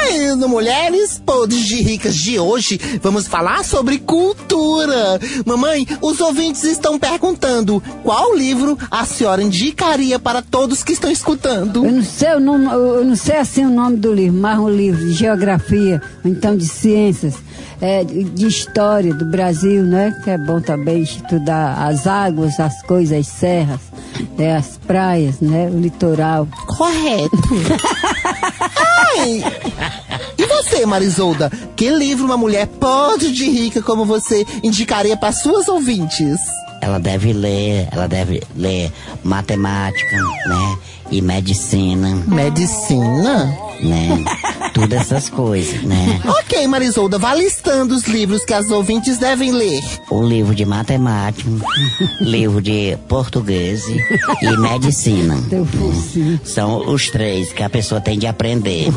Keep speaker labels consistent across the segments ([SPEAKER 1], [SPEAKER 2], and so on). [SPEAKER 1] Ai, no Mulheres Podres de Ricas de hoje, vamos falar sobre cultura. Mamãe, os ouvintes estão perguntando qual livro a senhora indicaria para todos que estão escutando.
[SPEAKER 2] Eu não sei, o nome- eu não sei assim o nome do livro, mas um livro de geografia, ou então de ciências, é, de de história do Brasil, né? Que é bom também estudar as águas, as coisas, as serras, né? as praias, né? O litoral.
[SPEAKER 1] Correto. Ai. E você, Marisolda? Que livro uma mulher podre de rica como você indicaria para suas ouvintes?
[SPEAKER 3] Ela deve ler, ela deve ler matemática, né? E medicina,
[SPEAKER 1] Medicina?
[SPEAKER 3] né? Tudo essas coisas, né?
[SPEAKER 1] Ok, Marisolda, vá listando os livros que as ouvintes devem ler.
[SPEAKER 3] O livro de matemática, livro de português e medicina.
[SPEAKER 2] Deu focinho.
[SPEAKER 3] São os três que a pessoa tem de aprender.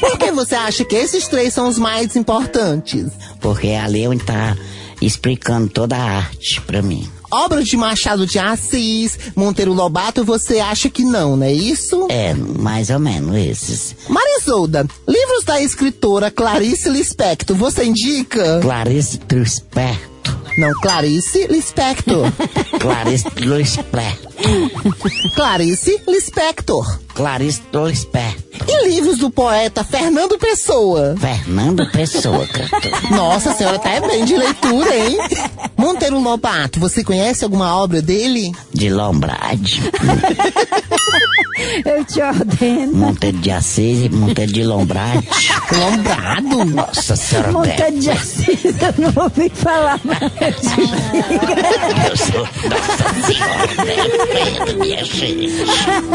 [SPEAKER 1] Por que você acha que esses três são os mais importantes?
[SPEAKER 3] Porque é ali onde tá explicando toda a arte pra mim.
[SPEAKER 1] Obras de Machado de Assis, Monteiro Lobato, você acha que não, não é isso?
[SPEAKER 3] É, mais ou menos esses.
[SPEAKER 1] Marisolda, livros da escritora Clarice Lispector, você indica?
[SPEAKER 3] Clarice Lispector.
[SPEAKER 1] Não, Clarice Lispector.
[SPEAKER 3] Clarice Lispector.
[SPEAKER 1] Clarice Lispector.
[SPEAKER 3] Clarice Lispector.
[SPEAKER 1] E livros do poeta Fernando Pessoa.
[SPEAKER 3] Fernando Pessoa, cantor.
[SPEAKER 1] Nossa a senhora, tá é bem de leitura, hein? Monteiro Lobato, você conhece alguma obra dele?
[SPEAKER 3] De Lombrade,
[SPEAKER 2] Eu te ordeno.
[SPEAKER 3] Monteiro de Assis e Monteiro de Lombrade.
[SPEAKER 1] Lombrado?
[SPEAKER 3] Nossa senhora,
[SPEAKER 2] Monta de assis, eu não vou me falar mais.
[SPEAKER 3] eu sou. Nossa senhora, Beto, minha gente.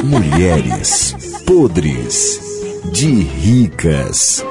[SPEAKER 4] Mulheres podres de ricas.